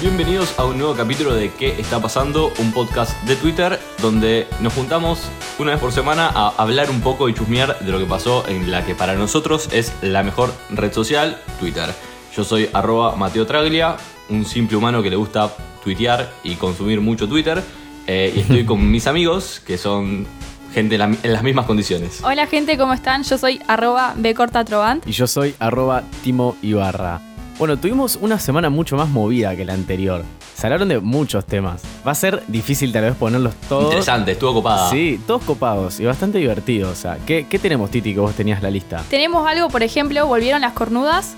Bienvenidos a un nuevo capítulo de ¿Qué está pasando? Un podcast de Twitter donde nos juntamos una vez por semana a hablar un poco y chusmear de lo que pasó en la que para nosotros es la mejor red social, Twitter. Yo soy arroba Mateo Traglia, un simple humano que le gusta tuitear y consumir mucho Twitter. eh, y estoy con mis amigos que son gente en la- en las mismas condiciones. Hola gente, ¿cómo están? Yo soy arroba bcortatrovant. Y yo soy arroba Timo Ibarra. Bueno, tuvimos una semana mucho más movida que la anterior. Se hablaron de muchos temas. Va a ser difícil tal vez ponerlos todos. Interesante, estuvo copada. Sí, todos copados y bastante divertidos. O sea, ¿qué, qué tenemos, Titi, que vos tenías la lista? Tenemos algo, por ejemplo, volvieron las cornudas.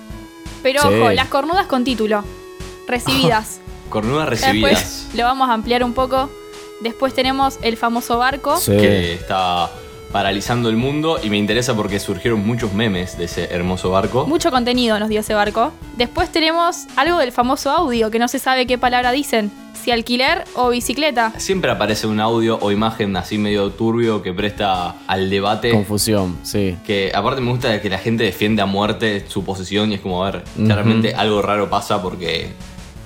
Pero Sí. ojo, las cornudas con título. Recibidas. Cornudas Ya recibidas. Después lo vamos a ampliar un poco. Después tenemos el famoso barco. que está paralizando el mundo y me interesa porque surgieron muchos memes de ese hermoso barco. Mucho contenido nos dio ese barco. Después tenemos algo del famoso audio, que no se sabe qué palabra dicen. Si alquiler o bicicleta. Siempre aparece un audio o imagen así medio turbio que presta al debate. Confusión, sí. que aparte me gusta que la gente defiende a muerte su posición y es como, a ver, claramente algo raro pasa porque...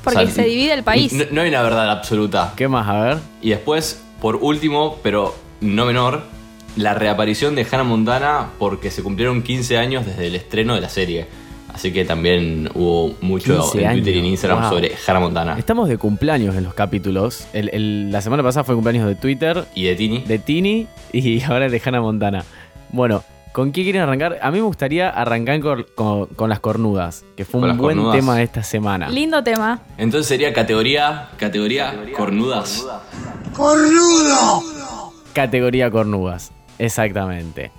Porque se divide el país. No, no hay una verdad absoluta. ¿Qué más? A ver. Y después, por último, pero no menor, la reaparición de Hannah Montana porque se cumplieron 15 años desde el estreno de la serie. Así que también hubo mucho 15 en Twitter y en años, Instagram wow. Este sobre Hannah Montana Estamos de cumpleaños en los capítulos. El- el- la semana pasada fue el cumpleaños de Twitter, y de Tini. de Tini y ahora el de Hannah Montana. Bueno, ¿con qué quieren arrancar? A mí me gustaría arrancar cor- con, con las cornudas, que fue Con un las buen cornudas. tema de esta semana. Lindo tema. Entonces sería categoría, categoría, cornudas. Categoría cornudas, exactamente.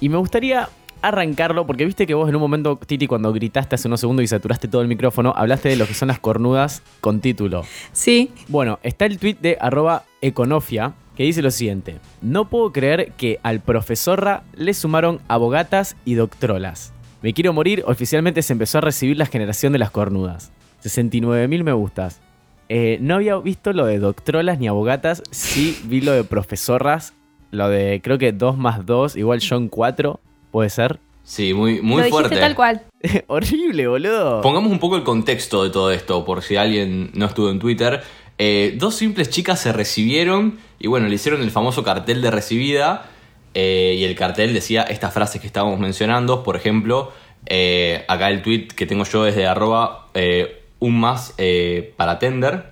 Y me gustaría arrancarlo porque viste que vos en un momento, Titi, cuando gritaste hace unos segundos y saturaste todo el micrófono, hablaste de lo que son las cornudas con título. Sí. Bueno, está el tweet de arroba econofia que dice lo siguiente. No puedo creer que al profesorra le sumaron abogatas y doctrolas. Me quiero morir, oficialmente se empezó a recibir la generación de las cornudas. 69.000 me gustas. Eh, no había visto lo de doctrolas ni abogatas, sí vi lo de profesorras, lo de creo que 2 más 2 igual John 4, puede ser. Sí, muy, muy lo dijiste fuerte. tal cual. Horrible, boludo. Pongamos un poco el contexto de todo esto, por si alguien no estuvo en Twitter. Eh, dos simples chicas se recibieron y bueno, le hicieron el famoso cartel de recibida eh, y el cartel decía estas frases que estábamos mencionando, por ejemplo, eh, acá el tweet que tengo yo es de arroba eh, un más eh, para tender,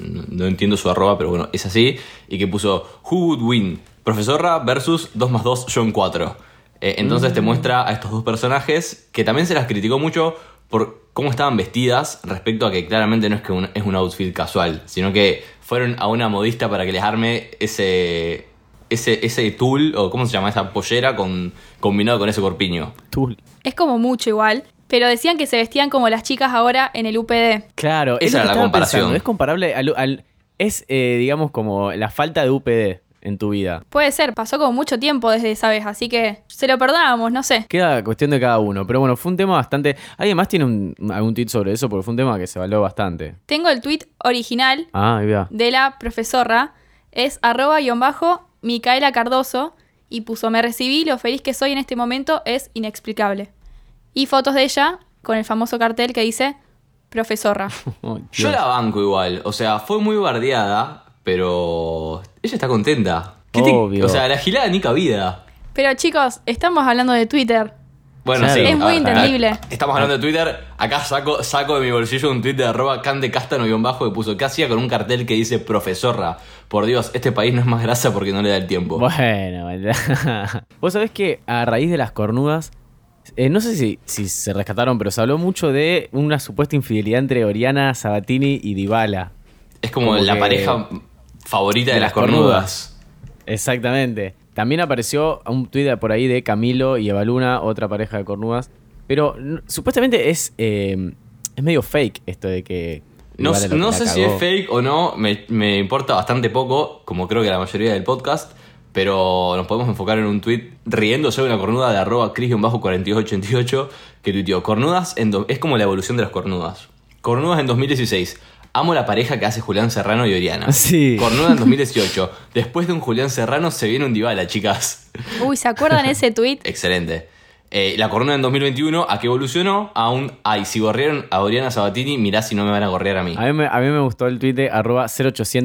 no, no entiendo su arroba, pero bueno, es así, y que puso Who would win? Profesorra versus 2 más 2 John 4. Eh, entonces te muestra a estos dos personajes que también se las criticó mucho por cómo estaban vestidas respecto a que claramente no es que un- es un outfit casual, sino que fueron a una modista para que les arme ese ese ese tul o cómo se llama esa pollera con combinado con ese corpiño. Tú- Es como mucho igual, pero decían que se vestían como las chicas ahora en el UPD. Claro, es Esa era lo que la estaba comparación. pensando, Es comparable al. al- es, eh, digamos, como la falta de UPD en tu vida. Puede ser, pasó como mucho tiempo desde esa vez, así que se lo perdonábamos, no sé. Queda cuestión de cada uno. Pero bueno, fue un tema bastante. ¿Alguien más tiene un- algún tweet sobre eso? Porque fue un tema que se való bastante. Tengo el tweet original Ah, ahí va. de la profesorra, es arroba guión bajo Micaela Cardoso, y puso, me recibí, lo feliz que soy en este momento es inexplicable. Y fotos de ella con el famoso cartel que dice, profesorra. Oh, Dios. Yo la banco igual, o sea, fue muy bardeada, pero ella está contenta. ¿Qué te- Obvio. o sea, la gilada ni cabida. Pero chicos, estamos hablando de Twitter. Bueno, Claro. sí. Es muy Ah, entendible. ah, Estamos hablando de Twitter. Acá saco, saco de mi bolsillo un tweet de arroba candecastano-bajo que puso Casia con un cartel que dice profesorra. Por Dios, este país no es más grasa porque no le da el tiempo. Bueno, vos sabés que a raíz de las cornudas, eh, no sé si, si se rescataron, pero se habló mucho de una supuesta infidelidad entre Oriana Sabatini y Dybala. es como, como la que- pareja favorita de, las cornudas. Exactamente. También apareció un tuit por ahí de Camilo y Evaluna, otra pareja de cornudas. Pero n- supuestamente es, eh, es medio fake esto de que No, Igual es lo no que sé la si es cagó. fake o no, me, me importa bastante poco, como creo que la mayoría del podcast, pero nos podemos enfocar en un tweet riéndose de una cornuda de arroba cris-4888 que tuiteó, cornudas en do- es como la evolución de las cornudas. Cornudas en 2016. Amo la pareja que hace Julián Serrano y Oriana. Sí. Cornuda en 2018. Después de un Julián Serrano se viene un Dybala, chicas. Uy, ¿se acuerdan ese tweet? Excelente. Eh, la cornuda en 2021, ¿a qué evolucionó? A un, ay, si gorrearon a Oriana Sabatini, mirá si no me van a gorrear a mí. A mí, me, a mí me gustó el tweet de arroba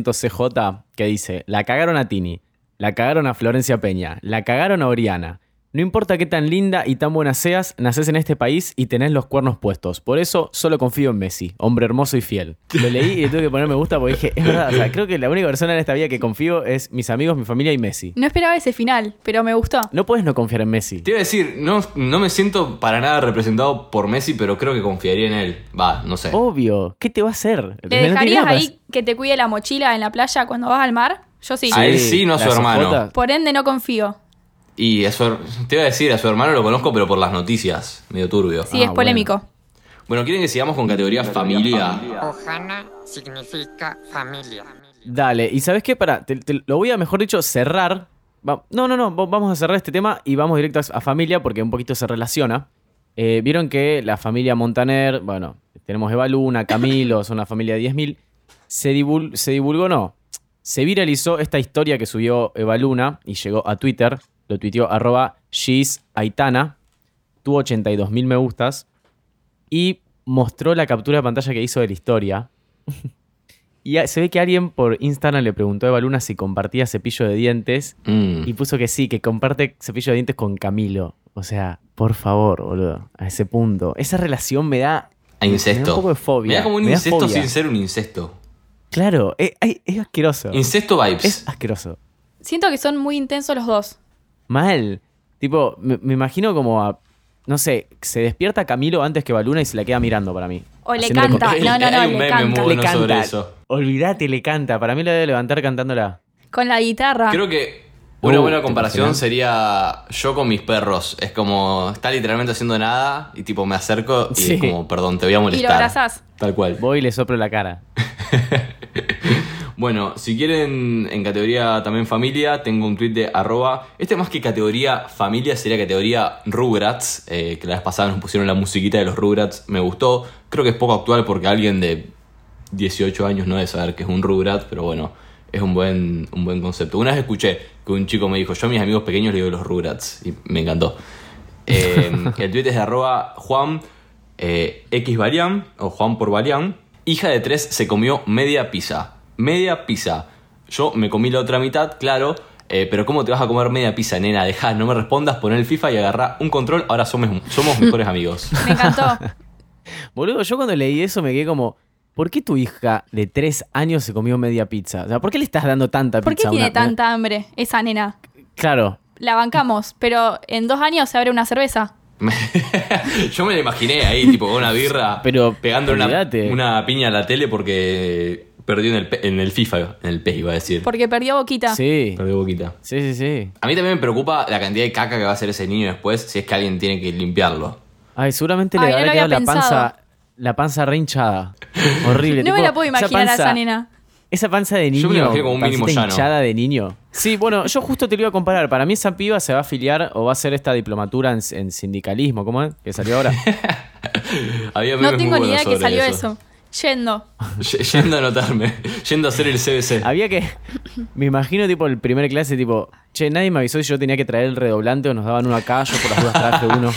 0800CJ que dice, la cagaron a Tini, la cagaron a Florencia Peña, la cagaron a Oriana. No importa qué tan linda y tan buena seas, nacés en este país y tenés los cuernos puestos. Por eso solo confío en Messi, hombre hermoso y fiel. Lo leí y tuve que poner me gusta porque dije, es verdad, o sea, creo que la única persona en esta vida que confío es mis amigos, mi familia y Messi. No esperaba ese final, pero me gustó. No puedes no confiar en Messi. Te iba a decir, no, no me siento para nada representado por Messi, pero creo que confiaría en él. Va, no sé. Obvio, ¿qué te va a hacer? No ¿Le tiene dejarías nada para ahí que te cuide la mochila en la playa cuando vas al mar? Yo sí. A él sí, no a la su hermano. CJ. Por ende no confío. Y a su her- te iba a decir, a su hermano lo conozco, pero por las noticias. Medio turbio. Sí, Ah, es polémico. Bueno, ¿quieren que sigamos con categoría familia? Ohana significa familia. Dale, y ¿sabes qué? Para, lo voy a, mejor dicho, cerrar. Va- no, no, no, va- vamos a cerrar este tema y vamos directo a, a familia porque un poquito se relaciona. Eh, Vieron que la familia Montaner, bueno, tenemos Eva Luna, Camilo, son una familia de 10.000. Se, divul- se divulgó, no. Se viralizó esta historia que subió Eva Luna y llegó a Twitter. Lo tuiteó arroba she's Aitana. Tuvo 82.000 me gustas. Y mostró la captura de pantalla que hizo de la historia. Y a- se ve que alguien por Instagram le preguntó a Eva Luna si compartía cepillo de dientes Mm. y puso que sí, que comparte cepillo de dientes con Camilo. O sea, por favor, boludo, a ese punto. Esa relación me da, A me da incesto. un poco de fobia. Me da como un me da incesto fobia. sin ser un incesto. Claro, es, ay, es asqueroso. Incesto vibes. es asqueroso. Siento que son muy intensos los dos. Mal. Tipo, me, me imagino como a... No sé, se despierta Camilo antes que Eva Luna y se la queda mirando para mí. O le Haciéndole canta. como- No, no, no, Hay un le meme canta. muy- le Bueno, canta. sobre eso. Olvídate, le canta. Para mí lo debe levantar cantándola. Con la guitarra. Creo que una Uh, buena ¿te comparación imaginas? sería yo con mis perros. Es como, está literalmente haciendo nada y tipo me acerco y Sí. es como, perdón, te voy a molestar. abrazás. Tal cual. Voy y le soplo la cara. Bueno, si quieren en categoría también familia, tengo un tweet de arroba. Este más que categoría familia sería categoría Rugrats, eh, que la vez pasada nos pusieron la musiquita de los Rugrats, me gustó. Creo que es poco actual porque alguien de 18 años no debe saber que es un Rugrat, pero bueno, es un buen, un buen concepto. Una vez escuché que un chico me dijo, yo a mis amigos pequeños le digo los Rugrats, y me encantó. Eh, el tweet es de arroba Juan eh, X Balian, o Juan por Balian. Hija de tres se comió media pizza. Media pizza. Yo me comí la otra mitad, claro. eh, pero ¿cómo te vas a comer media pizza, nena? Dejá, no me respondas, poné el FIFA y agarrá un control. Ahora somos, somos mejores amigos. Me encantó. Boludo, yo cuando leí eso me quedé como, ¿por qué tu hija de tres años se comió media pizza? O sea, ¿por qué le estás dando tanta ¿Por qué pizza? a tiene una- ¿eh? tanta hambre esa nena? Claro. La bancamos, pero en dos años se abre una cerveza. Yo me la imaginé ahí, tipo, con una birra, Pero, pegando una, olvídate. una piña a la tele porque perdió en el, pe- en el FIFA, en el PES iba a decir. Porque perdió boquita. Sí. Perdió boquita. Sí, sí, sí. A mí también me preocupa la cantidad de caca que va a hacer ese niño después si es que alguien tiene que limpiarlo. Ay, seguramente le Ay, no habrá lo quedado había la panza, pensado. la panza re hinchada. Horrible. No me tipo, la puedo imaginar a esa nena. Esa panza de niño. Yo me la imagino como un mínimo pancita llano. hinchada de niño. Sí, bueno, yo justo te lo iba a comparar. Para mí esa piba se va a afiliar o va a hacer esta diplomatura en, en sindicalismo, ¿cómo es? Que salió ahora. Había memes muy No tengo ni buenos idea de que sobre salió eso. Yendo. Y- Yendo a anotarme, yendo a hacer el CBC. Había que. Me imagino, tipo, el primer clase, tipo, che, nadie me avisó si yo tenía que traer el redoblante o nos daban uno acá, yo por las dudas traje uno.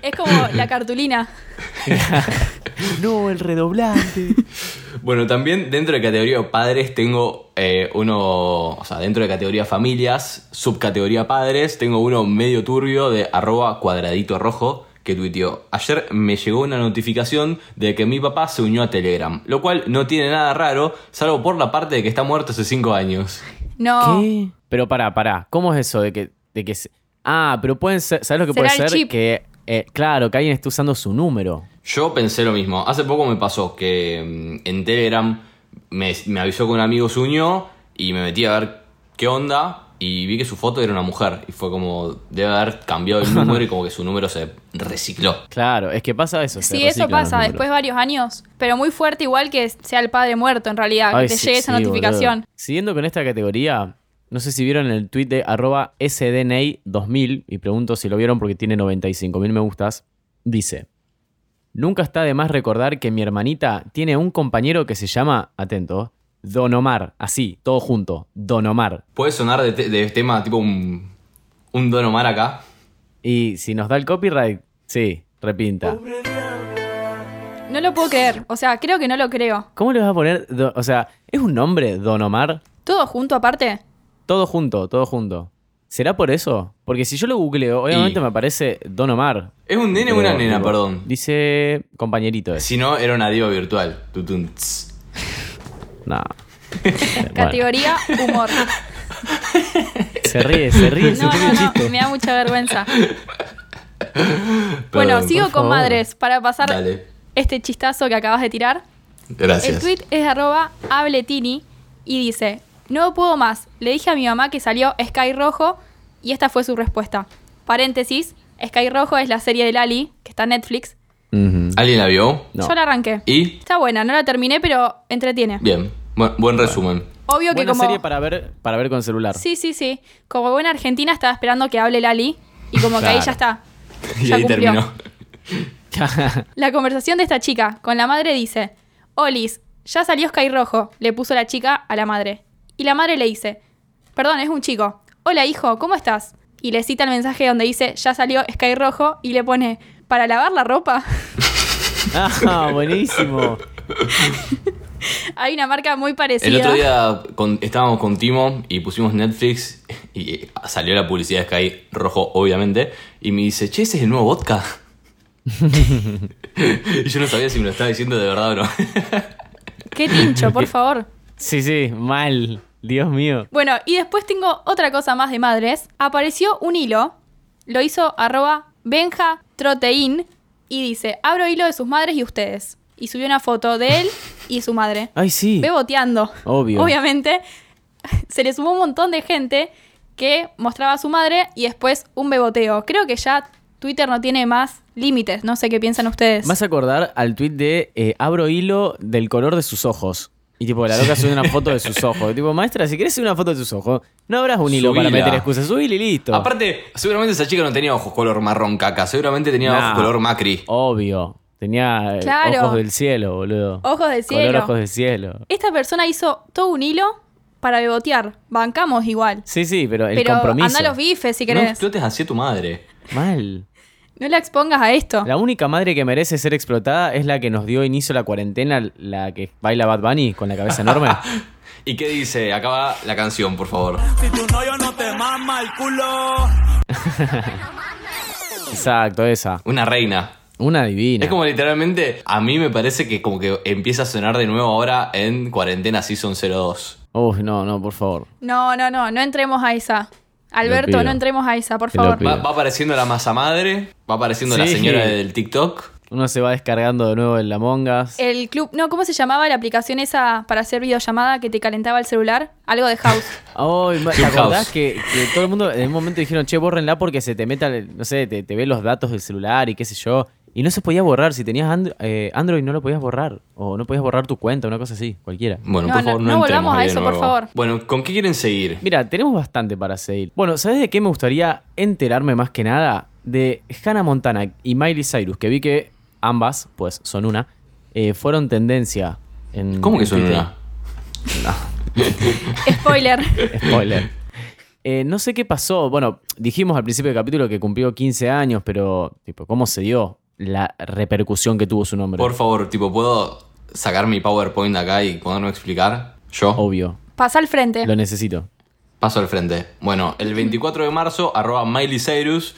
Es como la cartulina. no, el redoblante. Bueno, también dentro de categoría padres tengo eh, uno, o sea, dentro de categoría familias, subcategoría padres, tengo uno medio turbio de arroba cuadradito rojo que tuiteó. Ayer me llegó una notificación de que mi papá se unió a Telegram, lo cual no tiene nada raro, salvo por la parte de que está muerto hace 5 años. No. ¿Qué? Pero pará, pará. ¿Cómo es eso de que. De que se- Ah, pero pueden ser. ¿Sabes lo que Será puede el ser? chip. Que. eh, claro, que alguien está usando su número. Yo pensé lo mismo. Hace poco me pasó que mm, en Telegram me, me avisó que un amigo se unió y me metí a ver qué onda. y vi que su foto era una mujer. Y fue como, debe haber cambiado el número y como que su número se recicló. Claro, es que pasa eso. Sí, se eso reciclan los pasa números. después varios años, pero muy fuerte igual que sea el padre muerto en realidad, Ay, que te sí, llegue esa sí, notificación. boludo. Siguiendo con esta categoría, no sé si vieron el tweet de arroba SDNI2000 y pregunto si lo vieron porque tiene 95.000 me gustas. Dice, nunca está de más recordar que mi hermanita tiene un compañero que se llama, atento, Don Omar, así, todo junto, Don Omar. Puede sonar de, te- de tema tipo un, un Don Omar acá. Y si nos da el copyright, sí, repinta. No lo puedo creer, o sea, creo que no lo creo. ¿Cómo le vas a poner, Do- o sea, es un nombre, Don Omar? ¿Todo junto aparte? Todo junto, todo junto. ¿Será por eso? Porque si yo lo googleo, obviamente Y- me aparece Don Omar. Es un nene o Pero, una nena, tipo, perdón. Dice compañerito es. Si no, era una diva virtual. Tutun, tss. No. Bueno, Categoría humor. se ríe, se ríe. se No, ríe no, el no, chiste. me da mucha vergüenza. bueno, Perdón. sigo con favor. madres para pasar Dale. este chistazo que acabas de tirar. Gracias. El tweet es de arroba habletini y dice, no puedo más, le dije a mi mamá que salió Sky Rojo y esta fue su respuesta. Paréntesis, Sky Rojo es la serie de Lali, que está en Netflix. Ujú. ¿Alguien la vio? No. Yo la arranqué. Y, Está buena, no la terminé, pero entretiene. bien. Bu- buen resumen. Obvio que Buena como... serie para ver, para ver con celular. Sí, sí, sí. Como buena argentina estaba esperando que hable Lali y como que ahí Claro. ya está. Y Ya ahí cumplió. terminó. La conversación de esta chica con la madre dice, Olis, ya salió Sky Rojo, le puso la chica a la madre. Y la madre le dice, perdón, es un chico. Hola hijo, ¿cómo estás? Y le cita el mensaje donde dice, ya salió Sky Rojo y le pone, ¿para lavar la ropa? ah, buenísimo. Hay una marca muy El parecida. otro día con- estábamos con Timo y pusimos Netflix y eh, salió la publicidad de Sky Rojo, obviamente, y me dice, che, ese es el nuevo vodka. y yo no sabía si me lo estaba diciendo de verdad o no. Qué tincho, por favor. Sí, sí, mal. Dios mío. Bueno, y después tengo otra cosa más de madres. Apareció un hilo, lo hizo arroba Benja Trotein y dice, abro hilo de sus madres y ustedes. Y subió una foto de él y su madre. Ay, sí. Beboteando. Obvio. Obviamente, se le sumó un montón de gente que mostraba a su madre y después un beboteo. Creo que ya Twitter no tiene más límites. No sé qué piensan ustedes. Vas a acordar al tweet de eh, abro hilo del color de sus ojos. Y tipo, la loca sube una foto de sus ojos. Tipo, maestra, si querés subir una foto de tus ojos, no habrás un hilo para Subila. meter excusas. Subile y listo. Aparte, seguramente esa chica no tenía ojos color marrón caca, seguramente tenía Nah. ojos color macri. Obvio. Tenía eh, Claro. ojos del cielo, boludo. Ojos del Color cielo. ojos del cielo. Esta persona hizo todo un hilo para bebotear. Bancamos igual. Sí, sí, pero el Pero compromiso. anda a los bifes si No querés. No, explotes así a tu madre. Mal. la expongas a esto. La única madre que merece ser explotada es la que nos dio inicio a la cuarentena, la que baila Bad Bunny con la cabeza enorme. ¿Y qué dice? Acaba la canción, por favor. Si tu novio no te mama el culo. Exacto, esa. Una reina. Una divina. Es como literalmente, a mí me parece que como que empieza a sonar de nuevo ahora en Cuarentena Season 02. Uf, no, no, por favor. No, no, no, no entremos a esa. Alberto, pido. no entremos a esa, por Te lo favor. pido. Va, va apareciendo la masa madre, va apareciendo la Sí. señora del TikTok. Uno se va descargando de nuevo en la mongas. El club, no, ¿cómo se llamaba la aplicación esa para hacer videollamada que te calentaba el celular? Algo de house. Ay, ma- ¿Te Clubhouse. acordás que, que todo el mundo en un momento dijeron, che, bórrenla porque se te meta, el- no sé, te, te ve los datos del celular y qué sé yo? Y no se podía borrar. Si tenías And- eh, Android no lo podías borrar. O no podías borrar tu cuenta, una cosa así, cualquiera. Bueno, No, por no, favor, no, no entremos volvamos a ahí de eso, por nuevo. favor. Bueno, ¿con qué quieren seguir? Mira, tenemos bastante para seguir. Bueno, ¿sabes de qué me gustaría enterarme más que nada? De Hannah Montana y Miley Cyrus, que vi que ambas, pues son una, eh, fueron tendencia en. ¿Cómo que en son Twitter. una? Spoiler. Spoiler. Eh, no sé qué pasó. Bueno, dijimos al principio del capítulo que cumplió 15 años, pero, tipo, ¿cómo se dio la repercusión que tuvo su nombre? Por favor, tipo, ¿puedo sacar mi PowerPoint de acá y poderme explicar? Yo Obvio, Pasa al frente. lo necesito. paso al frente. Bueno, el 24 de marzo, arroba Miley Cyrus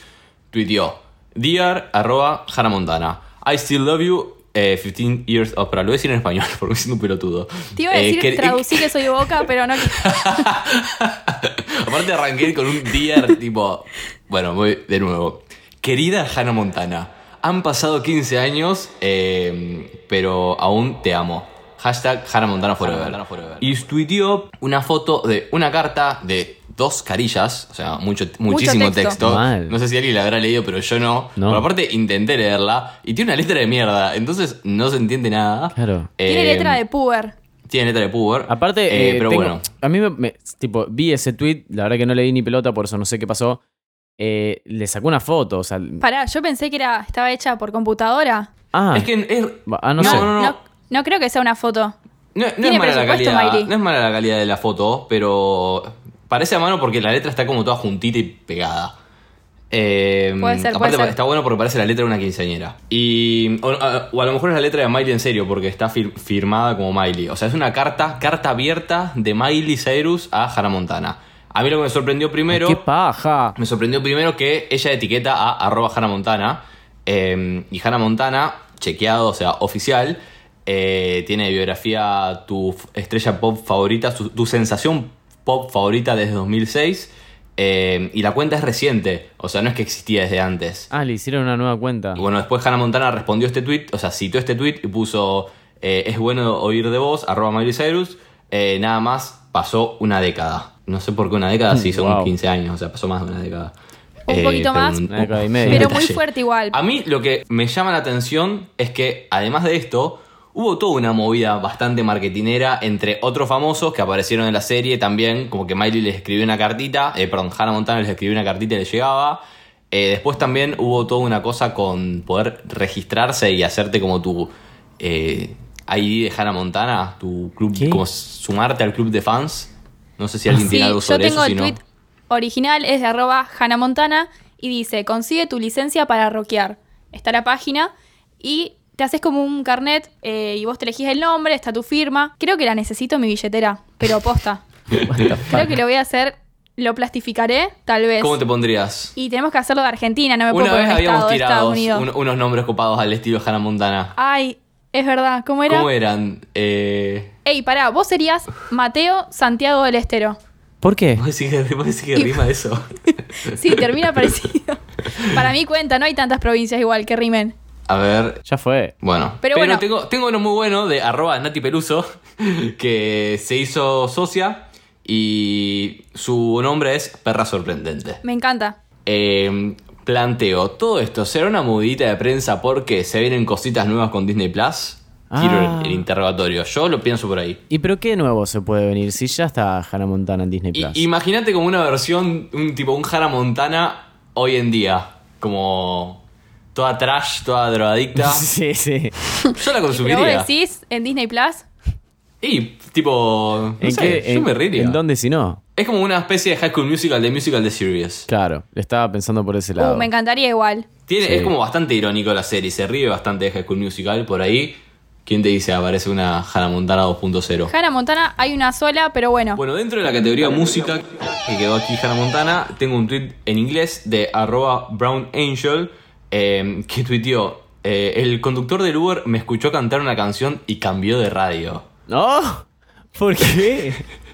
tuiteó, Dear, arroba Hannah Montana, I still love you, eh, 15 years of... Pero lo voy a decir en español porque soy un pelotudo. Te iba a Eh, decir, que- traducí que soy boca, pero no. Aparte arranqué con un día tipo... Bueno, voy de nuevo. Querida Hannah Montana, han pasado 15 años, eh, pero aún te amo. Hashtag Hannah Montana Forever. Y tuiteó una foto de una carta de dos carillas, o sea, mucho, muchísimo texto. texto. Mal. No sé si alguien la habrá leído, pero yo no. No. Pero aparte intenté leerla y tiene una letra de mierda, entonces no se entiende nada. Claro. Tiene Eh, letra de puber. Tiene letra de puber. Aparte, Eh, eh, pero tengo- bueno. a mí me, me- tipo, vi ese tweet, la verdad que no le di ni pelota, por eso no sé qué pasó. Eh, le sacó una foto, o sea. Pará, yo pensé que era, estaba hecha por computadora. Ah, Es que es- ah, no, No, sé. no, no. No, no creo que sea una foto. no, no es Tiene mala la presupuesto, calidad. Mayri. No es mala la calidad de la foto, pero parece a mano porque la letra está como toda juntita y pegada. Eh, Puede ser, puede aparte ser. está bueno porque parece la letra de una quinceañera. Y, o, a- o a lo mejor es la letra de Miley en serio, porque está fir- firmada como Miley. O sea, es una carta, carta abierta de Miley Cyrus a Hannah Montana. A mí lo que me sorprendió primero... ¡Qué paja! Me sorprendió primero que ella etiqueta a arroba Hannah Montana. eh, y Hannah Montana, chequeado, o sea, oficial, eh, tiene de biografía tu f- estrella pop favorita, su- tu sensación pop favorita desde 2006. eh, y la cuenta es reciente, o sea, no es que existía desde antes. Ah, le hicieron una nueva cuenta. Y bueno, después Hannah Montana respondió este tweet, o sea, citó este tweet y puso, eh, es bueno oír de vos, arroba Miley Cyrus, eh, nada más pasó una década. No sé por qué una década, sí, son Wow. 15 años, o sea, pasó más de una década. Eh, Un poquito pero más, un- Una década y un media. Pero muy detalle. fuerte igual. A mí lo que me llama la atención es que, además de esto, hubo toda una movida bastante marketinera entre otros famosos que aparecieron en la serie también, como que Miley les escribió una cartita, eh, perdón, Hannah Montana les escribió una cartita y les llegaba. Eh, después también hubo toda una cosa con poder registrarse y hacerte como tu eh, ID de Hannah Montana, tu club, ¿Qué? como sumarte al club de fans. No sé si alguien Ah, Sí, tiene algo yo sobre eso, tengo el si no. tweet original, es de arroba Hannah Montana y dice, consigue tu licencia para rockear. Está la página y te haces como un carnet eh, y vos te elegís el nombre, está tu firma. Creo que la necesito en mi billetera, pero posta. Creo que lo voy a hacer, lo plastificaré, tal vez. ¿Cómo te pondrías? Y tenemos que hacerlo de Argentina, no me puedo Una poner vez un habíamos estado de Ah, Estados tirado Unidos. Ah, un- unos nombres copados al estilo Hannah Montana. Ay, es verdad, ¿cómo era? ¿Cómo eran? Eh, Ey, pará, vos serías Mateo Santiago del Estero. ¿Por qué? ¿Vos decís que, vos decís que rima eso? Sí, termina parecido. Para mí cuenta, no hay tantas provincias igual que rimen. A ver, Ya fue. bueno. Pero bueno. Tengo, tengo uno muy bueno de arroba Nati Peluso, que se hizo socia y su nombre es Perra Sorprendente. Me encanta. Eh, planteo, ¿todo esto será una mudita de prensa porque se vienen cositas nuevas con Disney Plus? Tiro Ah. el- el interrogatorio. Yo lo pienso por ahí. ¿Y pero qué nuevo se puede venir si ya está Hannah Montana en Disney I- Plus? Imagínate como una versión, un tipo un Hannah Montana hoy en día. Como toda trash, toda drogadicta. sí, sí. Yo la Pero vos consumiría. decís en Disney Plus, uh, Y tipo. no ¿En sé, qué- yo en- me reiría. ¿En dónde si no? Es como una especie de High School Musical de Musical de Series. Claro, le estaba pensando por ese uh, lado. me encantaría igual. Tiene, Sí. Es como bastante irónico la serie. Se ríe bastante de High School Musical por ahí. ¿Quién te dice aparece una Hannah Montana 2.0? Hannah Montana hay una sola, pero bueno. Bueno, dentro de la categoría música que quedó aquí Hannah Montana, tengo un tweet en inglés de arroba Brown Angel eh, que tuiteó, eh, el conductor del Uber me escuchó cantar una canción y cambió de radio. ¡No! ¿Por qué?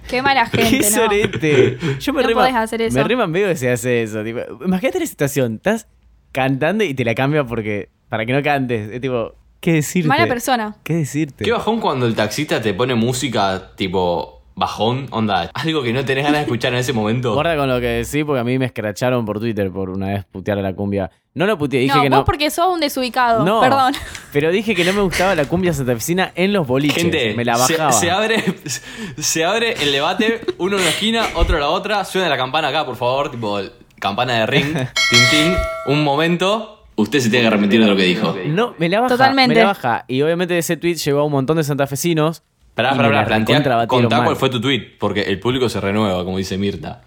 Qué mala ¡Qué gente, ¿no? sorete! Yo me No rima- podés hacer eso. Me rima medio que se hace eso. tipo, imagínate la situación. Estás cantando y te la cambia porque para que no cantes. Es tipo, ¿qué decirte? Mala persona. ¿Qué decirte? Qué bajón cuando el taxista te pone música tipo bajón, onda, algo que no tenés ganas de escuchar en ese momento. Guarda con lo que decís porque a mí me escracharon por Twitter por una vez putear a la cumbia. No lo puteé, dije no, que vos no. porque sos un desubicado. No, Perdón. pero dije que no me gustaba la cumbia santafesina en los boliches. Gente, me la se, bajaba. se abre, se abre el debate, uno en una esquina, otro en la otra, suena la campana acá, por favor, tipo campana de ring, tin tin, un momento. Usted se tiene que arrepentir de lo que dijo. No, me la baja. Totalmente. Me la baja. Y obviamente ese tweet llegó a un montón de santafesinos. Pará, y pará, me la pará, plantea, recontrabatieron contá mal. cuál fue tu tweet, porque el público se renueva, como dice Mirta.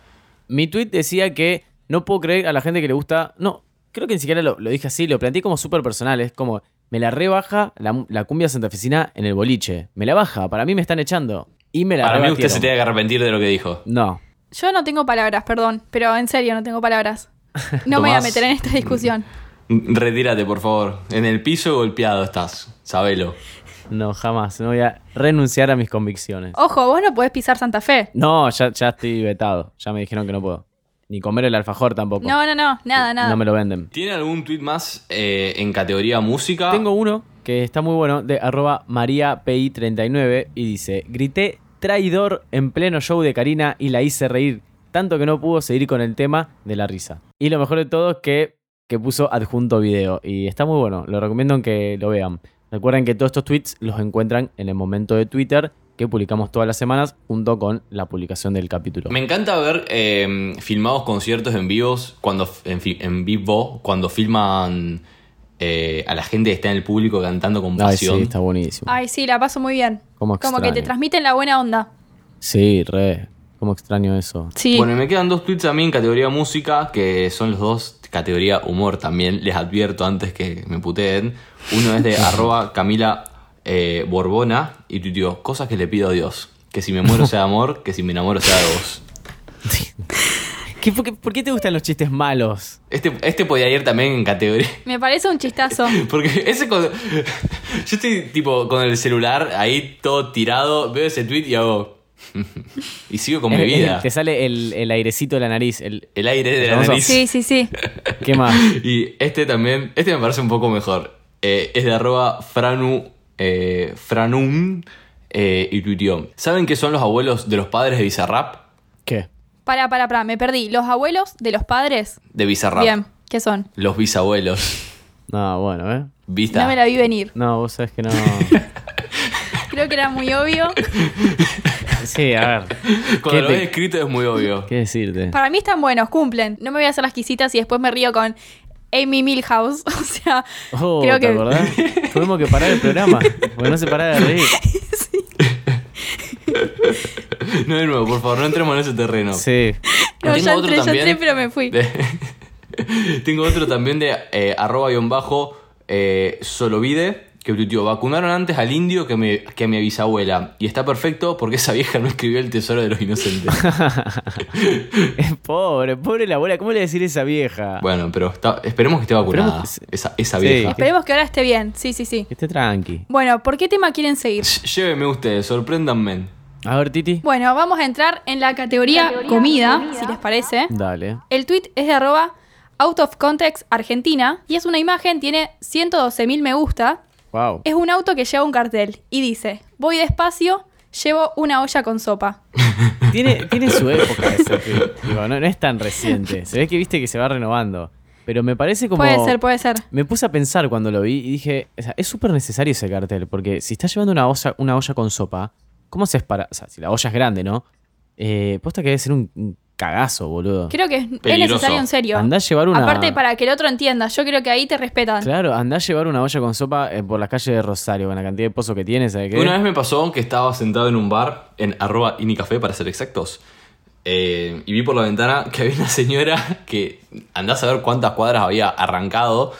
Mi tweet decía que no puedo creer a la gente que le gusta. No, creo que ni siquiera lo, lo dije así, lo planteé como súper personal. Es como, me la rebaja la, mu- la cumbia santafesina en el boliche. Me la baja, para mí me están echando. Y me la Para mí usted rebatieron. se tiene que arrepentir de lo que dijo. No. Yo no tengo palabras, perdón. Pero en serio, no tengo palabras. No me voy a Tomás. meter en esta discusión. Retírate, por favor. En el piso golpeado estás, sabelo. No, jamás. No voy a renunciar a mis convicciones. Ojo, vos no podés pisar Santa Fe. No, ya, ya estoy vetado. Ya me dijeron que no puedo. Ni comer el alfajor tampoco. No, no, no. Nada, nada. No me lo venden. ¿Tiene algún tweet más eh, en categoría música? Tengo uno que está muy bueno de arroba mariapi39 y dice, grité traidor en pleno show de Karina y la hice reír. tanto que no pudo seguir con el tema de la risa. Y lo mejor de todo es que, que puso adjunto video. Y está muy bueno, lo recomiendo en que lo vean. Recuerden que todos estos tweets los encuentran en el momento de Twitter que publicamos todas las semanas junto con la publicación del capítulo. Me encanta ver eh, filmados conciertos en vivos cuando en, fi- en vivo cuando filman eh, a la gente que está en el público cantando con Ay, sí, pasión. está buenísimo. Ay, sí, la paso muy bien. Cómo Como que te extraño. transmiten la buena onda. Sí, re. Cómo extraño eso. Sí. Bueno, y me quedan dos tweets a mí en categoría música, que son los dos categoría humor también. Les advierto antes que me puteen. Uno es de arroba Camila eh, Borbona y tuiteó, cosas que le pido a Dios. Que si me muero sea de amor, que si me enamoro sea de vos. ¿Qué- por, qué, por qué te gustan los chistes malos? Este, este podía ir también en categoría... Me parece un chistazo. Porque ese con- Yo estoy tipo con el celular ahí todo tirado, veo ese tweet y hago... y sigo con mi Es- es- vida. Te sale el, el airecito de la nariz. El, El aire de la Hermoso. nariz. Sí, sí, sí. ¿Qué más? Y este también, este me parece un poco mejor. Eh, es de arroba franu, eh, franum eh, y tuiteó. ¿Saben qué son los abuelos de los padres de Bizarrap? ¿Qué? Para, para, para, me perdí. Los abuelos de los padres. De Bizarrap. Bien, ¿qué son? Los bisabuelos. No, bueno, ¿eh? Vista. No me la vi venir. No, vos sabés que no. Creo que era muy obvio. Sí, a ver. Cuando ¿Qué lo te- ves escrito es muy obvio. ¿Qué decirte? Para mí están buenos, cumplen. No me voy a hacer las quisitas y después me río con Amy Milhouse. O sea, Oh, creo ¿te que. acordás? Tuvimos que parar el programa. Porque no se paraba de reír. No de nuevo, por favor, no entremos en ese terreno. Sí. No, Tengo ya otro entré, ya también. entré, pero me fui. De- Tengo otro también de eh, arroba y bajo eh, solovide que tuiteó, vacunaron antes al indio que, me, que a mi bisabuela. Y está perfecto porque esa vieja no escribió el tesoro de los inocentes. Pobre, pobre la abuela. ¿Cómo le decir a esa vieja? bueno, pero está- esperemos que esté vacunada. Esperemos que- Esa, esa Sí. vieja. Esperemos que ahora esté bien. Sí, sí, sí. Que esté tranqui. Bueno, ¿por qué tema quieren seguir? Sh- Llévenme ustedes, sorpréndanme. A ver, Titi. Bueno, vamos a entrar en la categoría, comida, si les parece. Dale. El tweet es de arroba out of context argentina y es una imagen, tiene 112.000 me gusta. Wow. Es un auto que lleva un cartel y dice, voy despacio, llevo una olla con sopa. Tiene, tiene su época ese tweet. Digo, no, no es tan reciente. Se ve que viste que se va renovando. Pero me parece como. Puede ser, puede ser. Me puse a pensar cuando lo vi y dije, o sea, es súper necesario ese cartel, porque si estás llevando una olla, una olla con sopa, ¿cómo haces para...? O sea, si la olla es grande, ¿no? Eh, posta que debe ser un, un cagazo, boludo. Creo que es, es Peligroso. necesario en serio. Andá a llevar una... Aparte para que el otro entienda, yo creo que ahí te respetan. Claro, andá a llevar una olla con sopa eh, por las calles de Rosario, con la cantidad de pozo que tiene, ¿sabes qué? Una vez me pasó que estaba sentado en un bar, en arroba inicafé para ser exactos, eh, y vi por la ventana que había una señora que andá a saber cuántas cuadras había arrancado,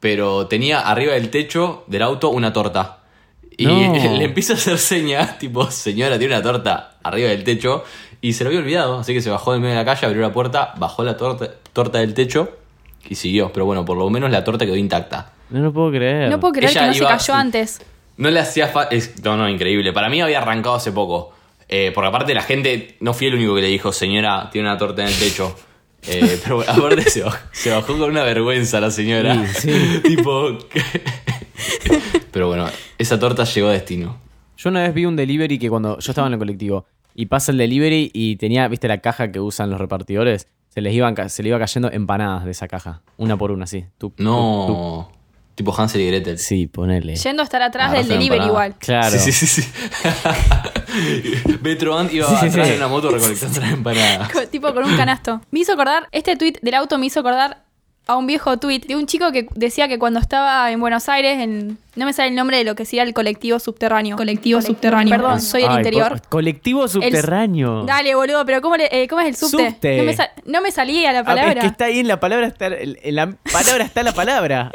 pero tenía arriba del techo del auto una torta. Y No. le empieza a hacer señas, tipo, señora, tiene una torta arriba del techo, y se lo había olvidado, así que se bajó en medio de la calle, abrió la puerta, bajó la torta, torta del techo y siguió. Pero bueno, por lo menos la torta quedó intacta. No lo puedo creer. No puedo creer Ella que no iba- se cayó antes. No le hacía fa- es- No, no, increíble. Para mí había arrancado hace poco. Eh, porque aparte la gente, no fui el único que le dijo, señora, tiene una torta en el techo. Eh, pero bueno, aparte se bajó, se bajó con una vergüenza la señora. Sí, sí. tipo... ¿qué? pero bueno, esa torta llegó a destino. Yo una vez vi un delivery que cuando yo estaba en el colectivo y pasa el delivery y tenía, viste, la caja que usan los repartidores, se les iban, ca- se le iba cayendo empanadas de esa caja, una por una, así. Tuc, tuc, tuc. No... Tipo Hansel y Gretel. Uh, Ah, Sí, ponele. Yendo a estar atrás Agarraste del delivery una empanada. igual. Claro. Sí, sí, sí. sí. Betro Ant iba Sí, sí, atrás sí. de una moto recolectando las empanadas. Co- tipo con un canasto. Me hizo acordar, este tweet del auto me hizo acordar a un viejo tweet de un chico que decía que cuando estaba en Buenos Aires, en, no me sale el nombre de lo que sería el colectivo subterráneo. Colectivo, subterráneo. Perdón, soy del Ay, interior. por- colectivo subterráneo. Ah, Dale, boludo, pero ¿cómo, le- eh, cómo es el subte? Subte. No, me sal- no me salía la Ah, palabra. es que está ahí en la palabra, está, en la palabra está la palabra.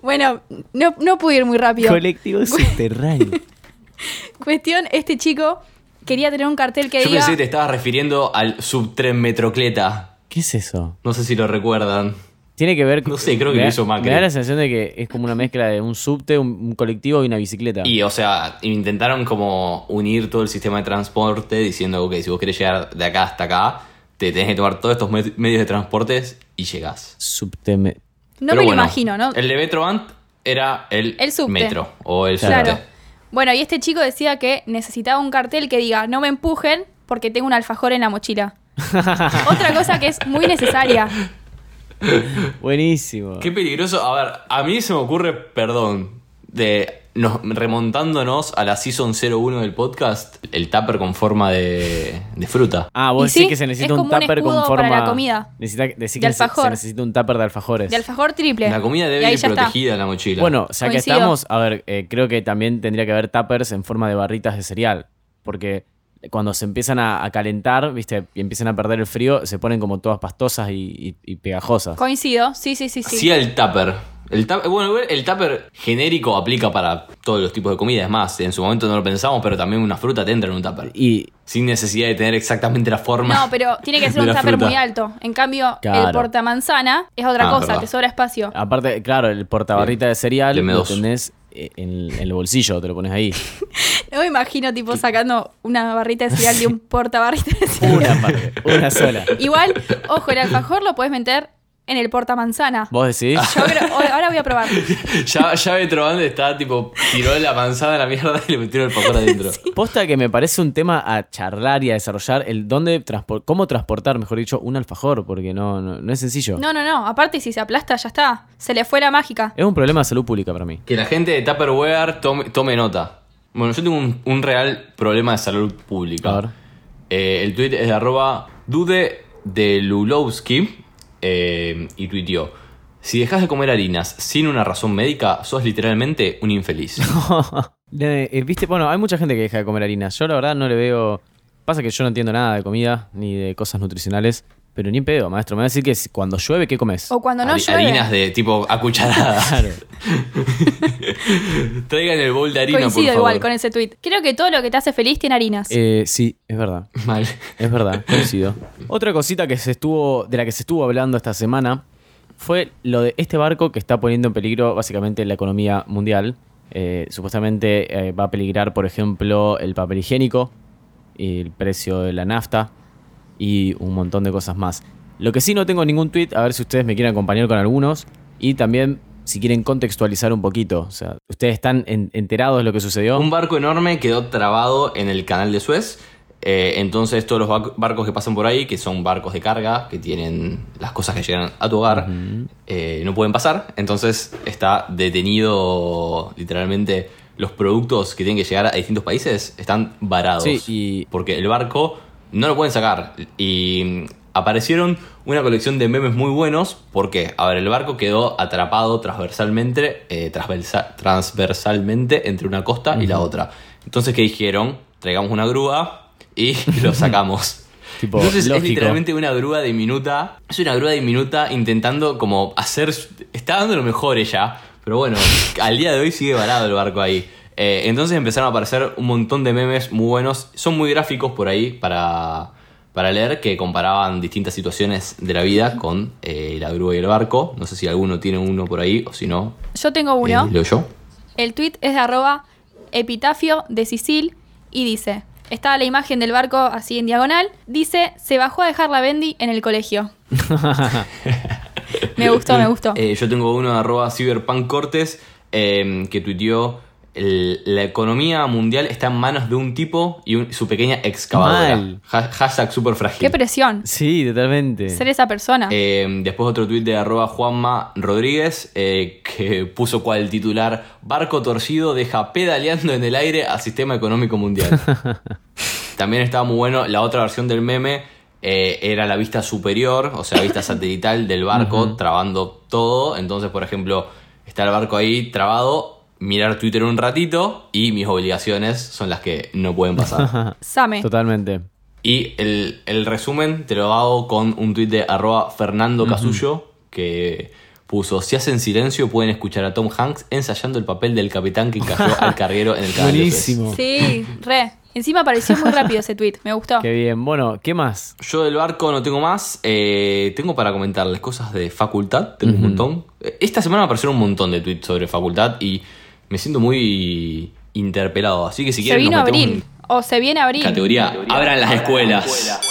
Bueno, no, no pude ir muy rápido. colectivo subterráneo. Cuestión, este chico quería tener un cartel que Yo diga... pensé que te estabas refiriendo al subtren Metrocleta. ¿Qué es eso? No sé si lo recuerdan. Tiene que ver No sé, creo que lo me da- hizo Macri. Me da la sensación de que es como una mezcla de un subte, un, un colectivo y una bicicleta. Y, o sea, intentaron como unir todo el sistema de transporte diciendo, ok, si vos querés llegar de acá hasta acá, te tenés que tomar todos estos me- medios de transportes y llegás. Subte. No me- Pero me bueno, lo imagino, ¿no? El de Metro Ant era el, El subte. metro o el subte. Claro. Bueno, y este chico decía que necesitaba un cartel que diga, no me empujen porque tengo un alfajor en la mochila. Otra cosa que es muy necesaria. Buenísimo. Qué peligroso. A ver, a mí se me ocurre, perdón, de nos, remontándonos a la season 01 del podcast, el tupper con forma de, de fruta. Ah, Y vos sí, decís que se es necesita un como un tupper con escudo forma. para la comida. Necesita, decís De que se- se, alfajor. necesita un tupper de alfajores. De alfajor triple. La comida Y debe ahí ir ya está. protegida en la mochila. Bueno, o sea que Coincido. estamos, a ver, eh, creo que también tendría que haber tuppers en forma de barritas de cereal, porque cuando se empiezan a, a calentar, viste, y empiezan a perder el frío, se ponen como todas pastosas y, y- y pegajosas. Coincido, sí, sí, sí, sí. Sí, el tupper. El tup- bueno, igual el tupper genérico aplica para todos los tipos de comida. Es más, en su momento no lo pensamos, pero también una fruta te entra en un tupper. Y Sin necesidad de tener exactamente la forma. No, pero tiene que de ser un la tupper fruta. muy alto. En cambio, Claro. el portamanzana es otra Ah, cosa, verdad. te sobra espacio. aparte, claro, el portabarrita de cereal Deme lo dos. tenés eh, en, el- en el bolsillo, te lo pones ahí. No me imagino, tipo, sacando una barrita de cereal de un portabarrita de cereal. Una parte, una sola. Igual, ojo, el alfajor lo puedes meter en el portamanzana. ¿Vos decís? Yo creo, o- ahora voy a probar. Ya, ya Betrobande está tipo, tiró la manzana a la mierda y le metió el papel adentro. Posta que me parece un tema a charlar y a desarrollar el dónde transpor- cómo transportar, mejor dicho, un alfajor, porque no, no, no es sencillo. No, no, no. Aparte, si se aplasta, ya está. Se le fue la mágica. Es un problema de salud pública para mí. Que la gente de Tupperware tome, tome nota. Bueno, yo tengo un, un real problema de salud pública. A ver. Eh, el tweet es de arroba dude de Lulowski eh, y tuiteó. Si dejas de comer harinas sin una razón médica, sos literalmente un infeliz. Eh, eh, Viste, bueno, hay mucha gente que deja de comer harinas. Yo la verdad no le veo. Pasa que yo no entiendo nada de comida ni de cosas nutricionales, pero ni en pedo, maestro. Me va a decir que si- cuando llueve, ¿qué comes? O cuando no Hari- llueve. harinas de tipo a cucharadas. Claro. Traigan el bol de harina, por Coincido favor. igual con ese tweet. Creo que todo lo que te hace feliz tiene harinas. Eh, sí, es verdad. Mal. Es verdad, coincido. Otra cosita que se estuvo, de la que se estuvo hablando esta semana fue lo de este barco que está poniendo en peligro básicamente la economía mundial. Eh, supuestamente eh, va a peligrar, por ejemplo, el papel higiénico, el precio de la nafta y un montón de cosas más. Lo que sí no tengo ningún tweet, a ver si ustedes me quieren acompañar con algunos y también si quieren contextualizar un poquito. O sea, ¿ustedes están en- enterados de lo que sucedió? Un barco enorme quedó trabado en el canal de Suez. Eh, entonces todos los ba- barcos que pasan por ahí, que son barcos de carga, que tienen las cosas que llegan a tu hogar, eh, no pueden pasar. Entonces está detenido literalmente los productos que tienen que llegar a distintos países, están varados. Sí, y- Porque el barco no lo pueden sacar. Y mm, aparecieron una colección de memes muy buenos. porque A ver, el barco quedó atrapado transversalmente, eh, transversa- transversalmente entre una costa y la otra. Entonces, ¿qué dijeron? Traigamos una grúa y lo sacamos. Tipo, Entonces lógico. es literalmente una grúa diminuta. Es una grúa diminuta intentando como hacer. su- Está dando lo mejor ella. Pero bueno, al día de hoy sigue varado el barco ahí. Eh, entonces empezaron a aparecer un montón de memes muy buenos. Son muy gráficos por ahí para, para leer que comparaban distintas situaciones de la vida con eh, la grúa y el barco. No sé si alguno tiene uno por ahí o si no. Yo tengo eh, uno. leo yo. El tweet es de arroba epitafio de Sicil y dice, está la imagen del barco así en diagonal, dice, se bajó a dejar la Bendy en el colegio. me gustó, me gustó. Eh, yo tengo uno de arroba Cyberpunk Cortes eh, que tuiteó "El- la economía mundial está en manos de un tipo y un- su pequeña excavadora. Mal. Ha- hashtag super frágil. Qué presión Sí, totalmente. ser esa persona. Eh, después otro tuit de arroba Juanma Rodríguez eh, que puso cual titular Barco torcido deja pedaleando en el aire al sistema económico mundial. También estaba muy bueno la otra versión del meme. eh, era la vista superior, o sea, vista satelital del barco, trabando todo. Entonces, por ejemplo, está el barco ahí trabado, mirar Twitter un ratito y mis obligaciones son las que no pueden pasar. Same. Totalmente. y el, el resumen te lo hago con un tuit de arroba Fernando Casullo que puso, si hacen silencio pueden escuchar a Tom Hanks ensayando el papel del capitán que encajó al carguero en el canal. de Suez". Buenísimo. Sí, re. Encima apareció muy rápido ese tweet, me gustó. Qué bien. Bueno, ¿qué más? Yo del barco no tengo más. Eh, tengo para comentarles cosas de facultad. Tengo un montón. Eh, Esta semana aparecieron un montón de tweets sobre facultad y me siento muy interpelado. Así que si Se quieren, vino nos metemos abril, o se viene en abril. categoría. Abran las escuelas.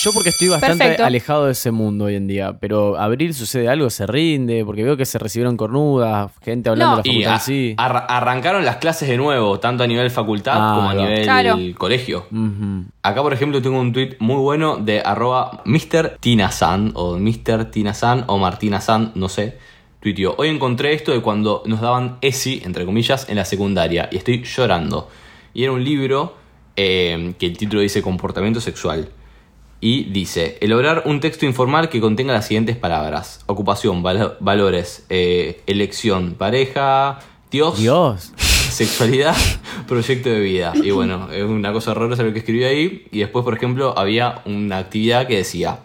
Yo porque estoy bastante Perfecto. alejado de ese mundo hoy en día, pero abril sucede algo, se rinde, porque veo que se recibieron cornudas, gente hablando No. de la Y facultad a- en sí. arra- arrancaron las clases de nuevo, tanto a nivel facultad Ah, como a ahí va. nivel Claro. colegio. Ujú. Acá, por ejemplo, tengo un tweet muy bueno de arroba Mr. Tina San, o Mr. Tina San, o Martina San, no sé. Tuiteó, hoy encontré esto de cuando nos daban ESI, entre comillas, en la secundaria, y estoy llorando. Y era un libro eh, que el título dice Comportamiento Sexual. Y dice, elaborar un texto informal que contenga las siguientes palabras. Ocupación, valo- valores, eh, elección, pareja, Dios, Dios. sexualidad, proyecto de vida. Y bueno, es una cosa rara lo que escribí ahí. Y después, por ejemplo, había una actividad que decía,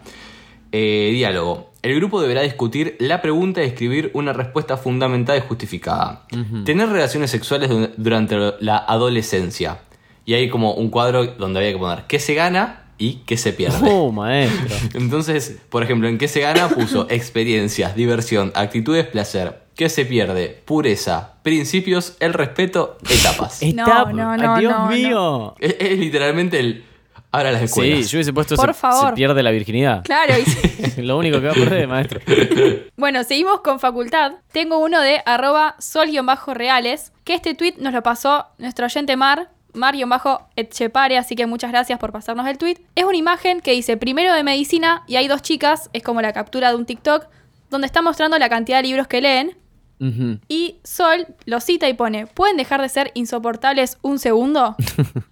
eh, diálogo. El grupo deberá discutir la pregunta y escribir una respuesta fundamentada y justificada. Tener relaciones sexuales du- durante la adolescencia. Y hay como un cuadro donde había que poner qué se gana y qué se pierde. Oh, maestro. Entonces, por ejemplo, ¿en qué se gana? Puso experiencias, diversión, actitudes, placer. ¿Qué se pierde? Pureza, principios, el respeto, etapas. es, Está- no, no, Dios no, mío. es literalmente el... Ahora las Sí, escuelas. yo hubiese puesto Por se, favor. se pierde la virginidad. Claro, y- Lo único que va a perder, maestro. Bueno, seguimos con facultad. Tengo uno de arroba sol-reales, que este tweet nos lo pasó nuestro oyente Mar, Mar-Etchepare, así que muchas gracias por pasarnos el tweet. Es una imagen que dice primero de medicina y hay dos chicas, es como la captura de un TikTok, donde está mostrando la cantidad de libros que leen. Ujú. Y Sol lo cita y pone, ¿pueden dejar de ser insoportables un segundo?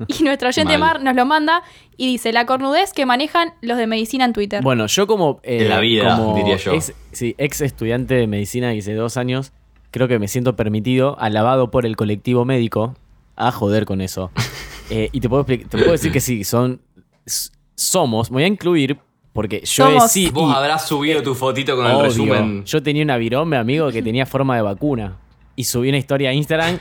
Y nuestro oyente Mal. Mar nos lo manda y dice, la cornudez que manejan los de medicina en Twitter. Bueno, yo como... eh, En la vida, como diría yo. ex- sí, ex estudiante de medicina que hice dos años, creo que me siento permitido, alabado por el colectivo médico, a joder con eso. Eh, y te puedo, expli- te puedo decir que sí, son... s- Somos, me voy a incluir, porque yo he Somos. sí... Vos y- eh, habrás subido tu fotito con Obvio. el resumen. Yo tenía una virome, amigo, que tenía forma de vacuna. Y subí una historia a Instagram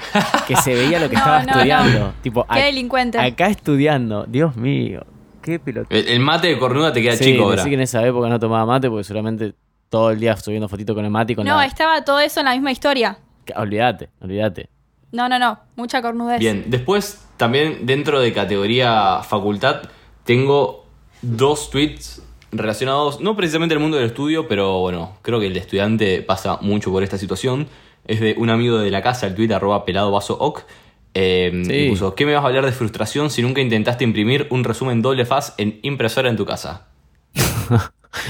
que se veía lo que No, estaba no, no. estudiando. Tipo, Qué ac- delincuente. acá estudiando. Dios mío. Qué pelotón. El, el mate de cornuda te queda Sí, chico decí ahora. que en esa época no tomaba mate porque seguramente todo el día subiendo fotito con el mate y con no, la... estaba todo eso en la misma historia. Ca- Olvídate, olvídate. No, no, no. Mucha cornudez. Bien, después también dentro de categoría facultad tengo dos tweets relacionados, no precisamente al mundo del estudio, pero bueno, creo que el estudiante pasa mucho por esta situación. Es de un amigo de la casa, el tweet arroba pelado vaso oc. eh, Sí. y puso, ¿qué me vas a hablar de frustración si nunca intentaste imprimir un resumen doble faz en impresora en tu casa?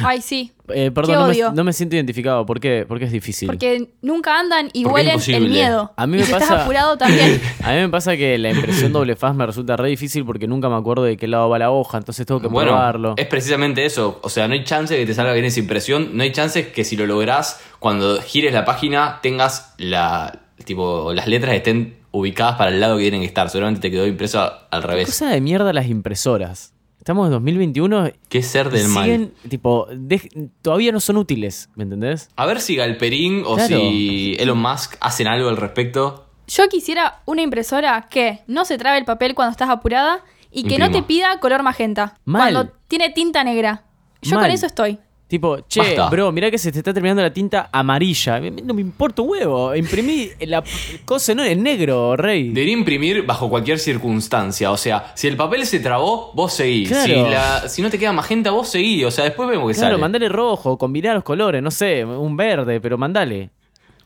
Ay, sí. Eh, perdón, no odio. me, no me siento identificado. ¿Por qué? Porque es difícil. Porque nunca andan y Porque huelen es el imposible. miedo. A mí Y me si pasa- estás apurado también. A mí me pasa que la impresión doble faz me resulta re difícil porque nunca me acuerdo de qué lado va la hoja, entonces tengo que Bueno, probarlo. es precisamente eso. O sea, no hay chance de que te salga bien esa impresión. No hay chance que si lo lográs, cuando gires la página, tengas la. Tipo, las letras estén ubicadas para el lado que tienen que estar. Seguramente te quedó impreso a- al Qué revés. cosa de mierda las impresoras. Estamos en 2021 Qué ser del mal. siguen, tipo, dej- todavía no son útiles, ¿me entendés? A ver si Galperín o Claro. si Elon Musk hacen algo al respecto. Yo quisiera una impresora que no se trabe el papel cuando estás apurada y que no Imprima. te pida color magenta. Mal. Cuando tiene tinta negra. Yo Mal. con eso estoy. Tipo, che, Basta. bro, mirá que se te está terminando la tinta amarilla. Me- No me importa un huevo. Imprimí la p- cosa no en negro, rey. Debería imprimir bajo cualquier circunstancia. O sea, si el papel se trabó, vos seguís. Claro. Si, la- si no te queda magenta, vos seguís. O sea, después vemos que claro, sale. mandale rojo, combiná los colores, no sé, un verde, pero mandale.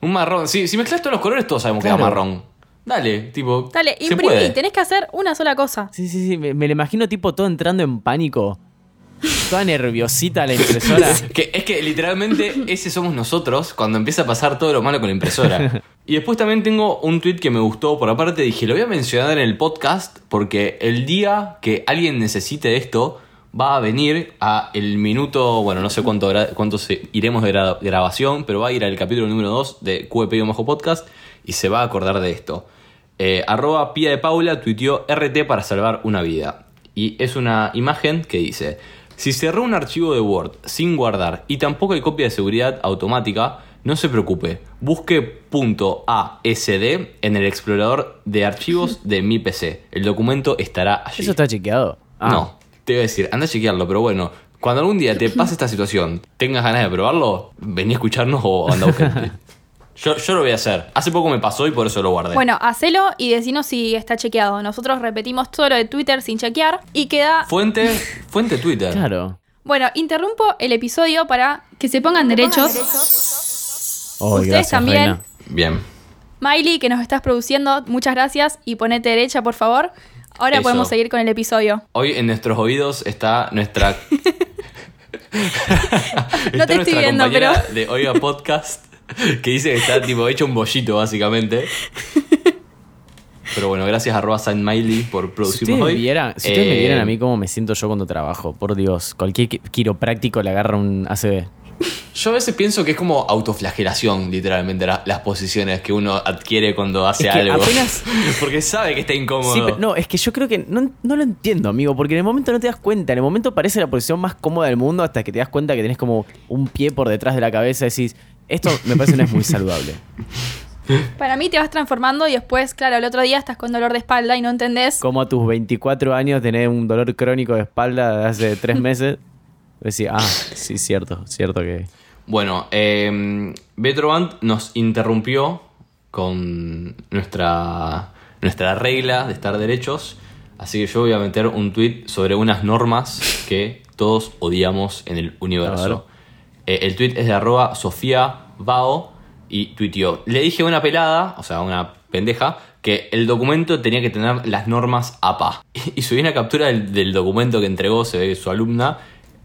Un marrón. Si, si mezclas todos los colores, todos sabemos que Claro. es marrón. Dale, tipo. Dale, se puede. imprimí. Tenés que hacer una sola cosa. Sí, sí, sí, me, me lo imagino tipo todo entrando en pánico. Toda nerviosita la impresora. Que, es que literalmente ese somos nosotros cuando empieza a pasar todo lo malo con la impresora. Y después también tengo un tweet que me gustó por aparte. Dije, lo voy a mencionar en el podcast porque el día que alguien necesite esto va a venir a el minuto, bueno, no sé cuánto, gra- cuánto se- iremos de gra- grabación, pero va a ir al capítulo número 2 de QEP Bajo Podcast y se va a acordar de esto. Eh, arroba Pía de Paula tuiteó RT para salvar una vida. Y es una imagen que dice, si cerró un archivo de Word sin guardar y tampoco hay copia de seguridad automática, no se preocupe, busque .asd en el explorador de archivos de mi PC. El documento estará allí. Eso está chequeado. Ah. No, te iba a decir, anda a chequearlo, pero bueno, cuando algún día te pase esta situación, tengas ganas de probarlo, vení a escucharnos o anda a buscar. yo, yo lo voy a hacer. Hace poco me pasó y por eso lo guardé. Bueno, hacelo y decinos si está chequeado. Nosotros repetimos todo lo de Twitter sin chequear y queda Fuente, fuente Twitter. Claro. Bueno, interrumpo el episodio para que se pongan derechos. Oh, Ustedes gracias, también. Reina. Bien. Miley, que nos estás produciendo, muchas gracias y ponete derecha, por favor. Ahora Eso. podemos seguir con el episodio. Hoy en nuestros oídos está nuestra. No te estoy nuestra viendo, compañera pero- De Oiga Podcast, que dice que está tipo hecho un bollito, básicamente. Pero bueno, gracias a Saint Miley por Si producirnos ustedes, hoy. vieran- si ustedes me Eh, vieran a mí cómo me siento yo cuando trabajo, por Dios, cualquier qui- quiropráctico le agarra un ACB. Yo a veces pienso que es como autoflagelación, literalmente, la- las posiciones que uno adquiere cuando hace Es que algo. apenas- Porque sabe que está incómodo. Sí, pero no, es que yo creo que no, no lo entiendo, amigo, porque en el momento no te das cuenta. En el momento parece la posición más cómoda del mundo hasta que te das cuenta que tenés como un pie por detrás de la cabeza y decís, esto me parece no es muy saludable. Para mí te vas transformando y después, claro, el otro día estás con dolor de espalda y no entendés. Como a tus 24 años tenés un dolor crónico de espalda de hace tres meses. Decís, ah, sí, cierto, cierto que... Bueno, eh, Betrovant nos interrumpió con nuestra, nuestra regla de estar derechos. Así que yo voy a meter un tweet sobre unas normas que todos odiamos en el universo. Eh, el tweet es de arroba Sofía Bao y tuiteó. Le dije a una pelada, o sea, una pendeja, que el documento tenía que tener las normas APA. Y subí una captura del, del documento que entregó se ve, su alumna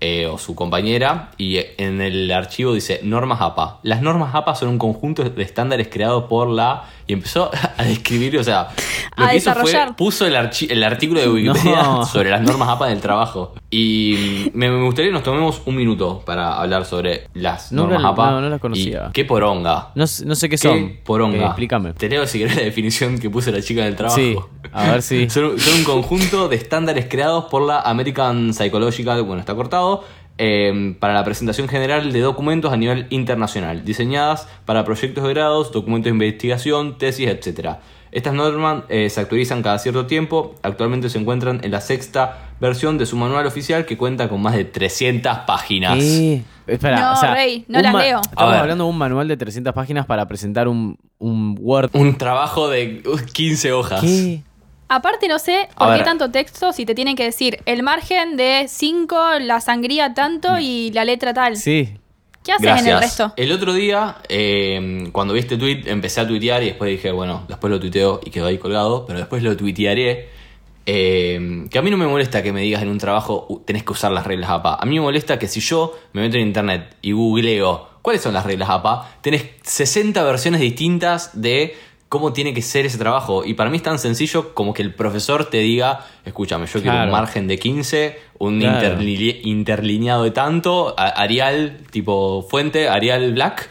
eh, o su compañera y eh, en el archivo dice normas APA. Las normas APA son un conjunto de estándares creados por la... Y empezó a describir, o sea, lo A que hizo fue desarrollar. puso el, archi- el artículo de Wikipedia No. sobre las normas APA del trabajo. Y me, me gustaría que nos tomemos un minuto para hablar sobre las Nunca normas la- APA. no, no las y conocía. qué poronga. No, sé- no sé qué qué son. poronga. Eh, explícame. Te leo si querés la definición que puso la chica del trabajo. Sí, a ver si... Son, son un conjunto de estándares creados por la American Psychological, bueno, está cortado, eh, para la presentación general de documentos a nivel internacional, diseñadas para proyectos de grados, documentos de investigación, tesis, etc. Estas normas eh, se actualizan cada cierto tiempo, actualmente se encuentran en la sexta versión de su manual oficial que cuenta con más de 300 páginas. ¿Qué? Espera, No, o sea, Rey, no un las ma- leo. Estamos A ver. hablando de un manual de 300 páginas para presentar un, un Word. Un trabajo de uh, 15 hojas. ¿Qué? Aparte, no sé A por qué ver. tanto texto si te tienen que decir el margen de 5, la sangría tanto y la letra tal. Sí. ¿Qué haces en el Gracias. resto? El otro día, eh, cuando vi este tweet, empecé a tuitear y después dije, bueno, después lo tuiteo y quedó ahí colgado, pero después lo tuitearé. Eh, que a mí no me molesta que me digas en un trabajo "Uh, tenés que usar las reglas APA. A mí me molesta que si yo me meto en internet y googleo cuáles son las reglas APA, tenés 60 versiones distintas de cómo tiene que ser ese trabajo. Y para mí es tan sencillo como que el profesor te diga, escúchame, yo quiero Claro. un margen de 15, un Claro. interli- interlineado de tanto, a- Arial tipo fuente, Arial black.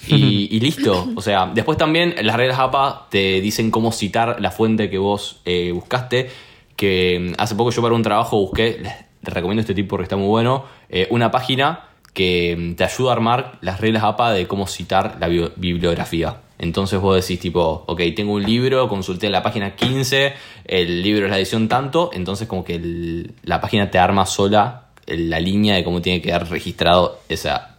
Y, y listo. O sea, después también las reglas APA te dicen cómo citar la fuente que vos eh, buscaste. Que mm, hace poco yo para un trabajo busqué, les les recomiendo este tipo porque está muy bueno, eh, una página que mm, te ayuda a armar las reglas APA de cómo citar la bio- bibliografía. Entonces vos decís tipo, ok, tengo un libro, consulté la página 15, el libro es la edición tanto, entonces como que el- la página te arma sola el- la línea de cómo tiene que quedar registrado esa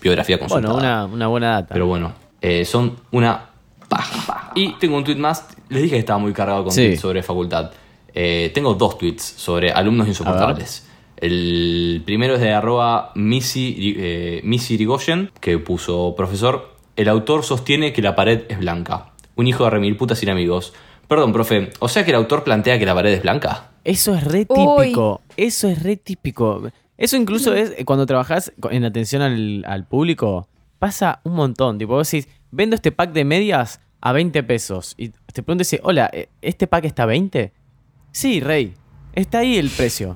biografía consultada. Bueno, una, una buena data. Pero bueno, eh, son una paja. Y tengo un tweet más. Les dije que estaba muy cargado con Sí. tweets sobre facultad. Eh, tengo dos tweets sobre alumnos insoportables. El primero es de arroba Missy, eh, Missy Irigoyen, que puso profesor. El autor sostiene que la pared es blanca. Un hijo de remil puta sin amigos. Perdón, profe, o sea que el autor plantea que la pared es blanca. Eso es re típico. Eso es re típico. Eso incluso es eh, cuando trabajás co- en atención al, al público, pasa un montón. Tipo, vos decís, vendo este pack de medias a 20 pesos. Y te preguntas si, hola, eh, ¿este pack está a 20? Sí, Rey. Está ahí el precio.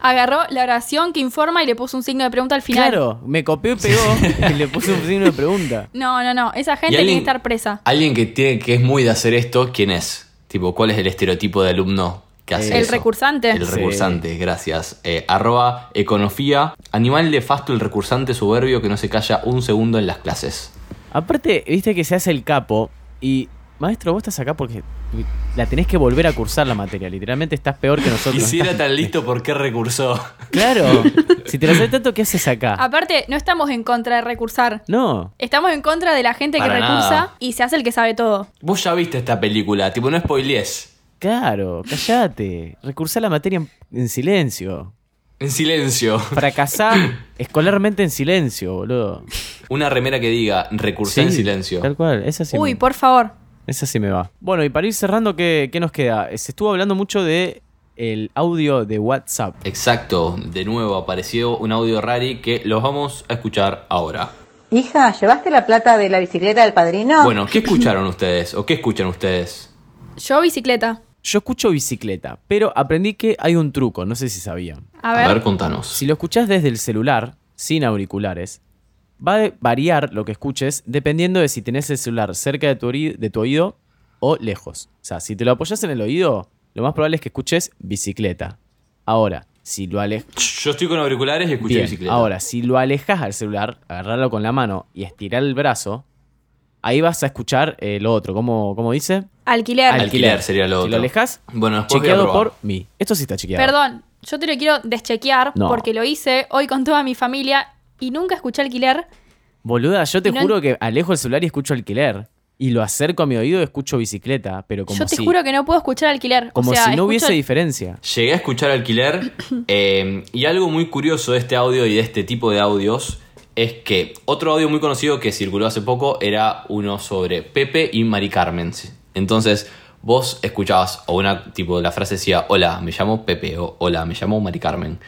Agarró la oración que informa y le puso un signo de pregunta al final. Claro, me copió y pegó y le puse un signo de pregunta. No, no, no. Esa Y gente tiene alguien- que estar presa. Alguien que, tiene, que es muy de hacer esto, ¿quién es? Tipo, ¿cuál es el estereotipo de alumno que hace El eso? recursante. El recursante, gracias. Eh, arroba econofía. Animal de fasto el recursante soberbio que no se calla un segundo en las clases. Aparte, viste que se hace el capo y, maestro, vos estás acá porque la tenés que volver a cursar la materia. Literalmente estás peor que nosotros. Y si era tan listo, ¿por qué recursó? Claro. si te la sabes tanto, ¿qué haces acá? Aparte, no estamos en contra de recursar. No. Estamos en contra de la gente Para que recursa nada. y se hace el que sabe todo. Vos ya viste esta película, tipo, no spoilees. Claro, callate. Recursá la materia en, en silencio. En silencio. Fracasá escolarmente en silencio, boludo. Una remera que diga recursé en Sí, silencio. Tal cual, esa sí, Uy, me, por favor. esa sí me va. Bueno, y para ir cerrando, ¿qué, qué nos queda? Eh, Se estuvo hablando mucho de el audio de WhatsApp. Exacto, de nuevo apareció un audio rari que los vamos a escuchar ahora. Hija, ¿llevaste la plata de la bicicleta del Ah. padrino? Bueno, ¿qué escucharon ustedes? ¿O qué escuchan ustedes? Yo bicicleta. Yo escucho bicicleta, pero aprendí que hay un truco, no sé si sabían. A ver. contanos. Si lo escuchás desde el celular, sin auriculares, va a variar lo que escuches dependiendo de si tenés el celular cerca de tu, ori- de tu oído o lejos. O sea, si te lo apoyás en el oído, lo más probable es que escuches bicicleta. Ahora, si lo alejas... Yo estoy con auriculares y escucho bicicleta. Ahora, si lo alejas al celular, agarrarlo con la mano y estirar el brazo, ahí vas a escuchar eh, lo otro. ¿Cómo, cómo dice? Alquiler. Alquiler sería lo Si lo otro. alejas, Bueno, después voy a chequeado probar. por mí. Esto sí está chequeado. Perdón, yo te lo quiero deschequear No. porque lo hice hoy con toda mi familia y nunca escuché alquiler. Boluda, yo te Y no- juro que alejo el celular y escucho alquiler. Y lo acerco a mi oído y escucho bicicleta. Pero como Yo te si, juro que no puedo escuchar alquiler. O como sea, si no hubiese escucho- diferencia. Llegué a escuchar alquiler eh, y algo muy curioso de este audio y de este tipo de audios es que otro audio muy conocido que circuló hace poco era uno sobre Pepe y Mari Carmen. Entonces vos escuchabas o una tipo la frase decía hola me llamo Pepe o hola me llamo Mari Carmen.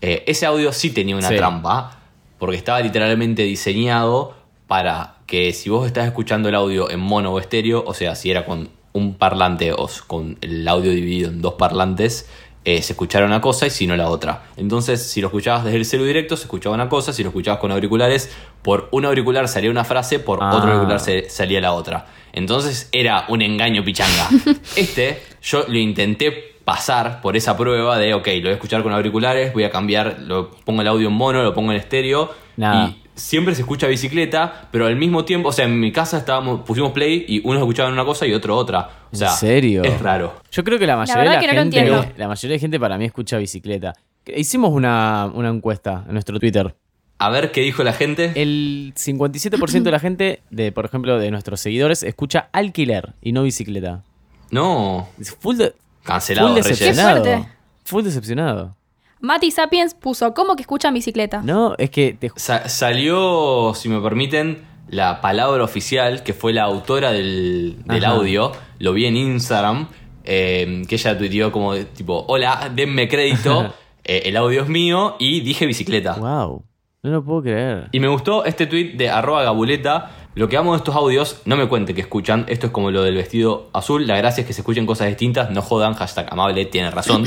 Eh, ese audio sí tenía una Sí. trampa porque estaba literalmente diseñado para que si vos estás escuchando el audio en mono o estéreo, o sea, si era con un parlante o s- con el audio dividido en dos parlantes, eh, se escuchara una cosa y si no la otra. Entonces, si lo escuchabas desde el celu directo, se escuchaba una cosa, si lo escuchabas con auriculares, por un auricular salía una frase, por Ah. otro auricular se- eh, salía la otra. Entonces era un engaño pichanga. este, yo lo intenté pasar por esa prueba de, ok, lo voy a escuchar con auriculares, voy a cambiar, lo pongo el audio en mono, lo pongo en estéreo. Nada. Y siempre se escucha bicicleta, pero al mismo tiempo, o sea, en mi casa estábamos, pusimos play y unos escuchaban una cosa y otro otra. O sea, ¿En serio? es raro. Yo creo que la mayoría, verdad de, la que no lo gente, entiendo. la mayoría de gente para mí escucha bicicleta. Hicimos una, una encuesta en nuestro Twitter. A ver qué dijo la gente. El 57% de la gente, de, por ejemplo, de nuestros seguidores, escucha alquiler y no bicicleta. No, Es Full, de- cancelado, full Reyes. decepcionado. Qué fuerte. Full decepcionado. Mati Sapiens puso, ¿cómo que escuchan bicicleta? No, es que te, ju- Sa- salió, si me permiten, la palabra oficial, que fue la autora del, del Ajá. audio. Lo vi en Instagram, eh, que ella tuiteó como tipo, hola, denme crédito, eh, el audio es mío y dije bicicleta. Wow. No lo puedo creer. Y me gustó este tweet de arroba gabuleta. Lo que amo de estos audios, no me cuente que escuchan. Esto es como lo del vestido azul. La gracia es que se escuchen cosas distintas. No jodan, hashtag amable, tiene razón.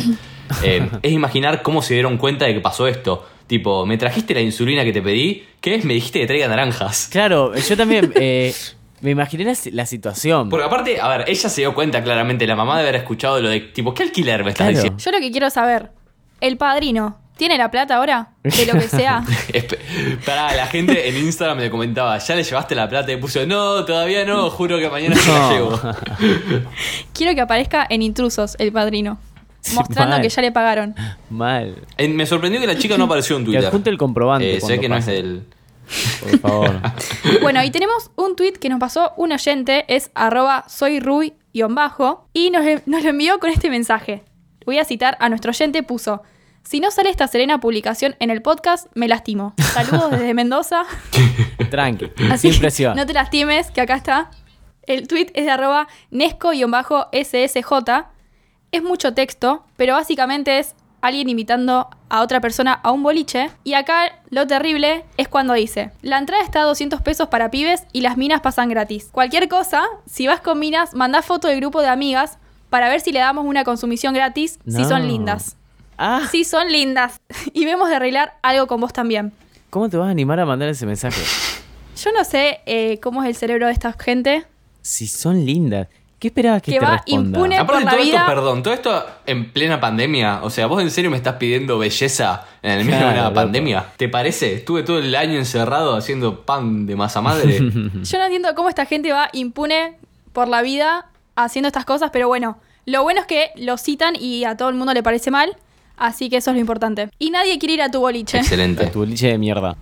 Eh, es imaginar cómo se dieron cuenta de que pasó esto. Tipo, me trajiste la insulina que te pedí. ¿Qué es? Me dijiste que traiga naranjas. Claro, yo también eh, me imaginé la, si- la situación. Porque aparte, a ver, ella se dio cuenta claramente, la mamá de haber escuchado lo de, tipo, ¿qué alquiler me estás Claro. diciendo? Yo lo que quiero saber, ¿el padrino tiene la plata ahora? De lo que sea. Espe- Pará, la gente en Instagram me comentaba, ¿ya le llevaste la plata? Y puso, no, todavía no, juro que mañana se la No. llevo. quiero que aparezca en intrusos el padrino. Mostrando mal. que ya le pagaron. Mal. Eh, Me sorprendió que la chica no apareció en Que Twitter. adjunte el comprobante Eh, se ve cuando que no es pase. del. Por favor. Bueno, y tenemos un tweet que nos pasó un oyente, es arroba soyruy-bajo, y nos, nos lo envió con este mensaje. Voy a citar a nuestro oyente, puso, si no sale esta serena publicación en el podcast, me lastimo. Saludos desde Mendoza. Tranqui. Así sin que presión. Ah, no te lastimes, que acá está. El tweet es de arroba nesco-ssj. Es mucho texto, pero básicamente es alguien invitando a otra persona a un boliche. Y acá lo terrible es cuando dice, la entrada está a 200 pesos para pibes y las minas pasan gratis. Cualquier cosa, si vas con minas, mandá foto del grupo de amigas para ver si le damos una consumición gratis, si No. son lindas. Ah, Si son lindas. Y vemos de arreglar algo con vos también. ¿cómo te vas a animar a mandar ese mensaje? Yo no sé eh, cómo es el cerebro de esta gente. Si son lindas. ¿Qué esperabas que, Que te va responda? impune. Aparte, por la todo esto, vida- perdón, todo esto en plena pandemia. O sea, ¿vos en serio me estás pidiendo belleza en el medio de Claro, una loco. pandemia? ¿Te parece? Estuve todo el año encerrado haciendo pan de masa madre. Yo no entiendo cómo esta gente va impune por la vida haciendo estas cosas, pero bueno, lo bueno es que lo citan y a todo el mundo le parece mal, así que eso es lo importante. Y nadie quiere ir a tu boliche. Excelente. Tu boliche de mierda.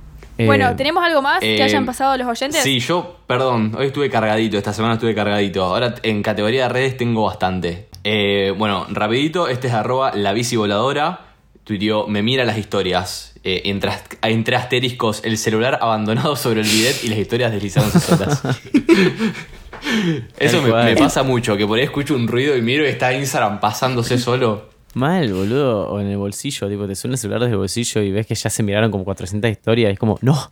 Eh, Bueno, ¿tenemos algo más Eh, que hayan pasado los oyentes? Sí, yo, perdón, hoy estuve cargadito, esta semana estuve cargadito. Ahora en categoría de redes tengo bastante. Eh, bueno, rapidito, este es arroba la bici voladora. tuiteó, me mira las historias, eh, entre, as- entre asteriscos, el celular abandonado sobre el bidet y las historias deslizándose solas. Eso Tal me, cual. me pasa mucho, que por ahí escucho un ruido y miro y está Instagram pasándose solo. Mal, boludo. O en el bolsillo, tipo, te suena el celular desde el bolsillo y ves que ya se miraron como 400 historias. Y es como, no,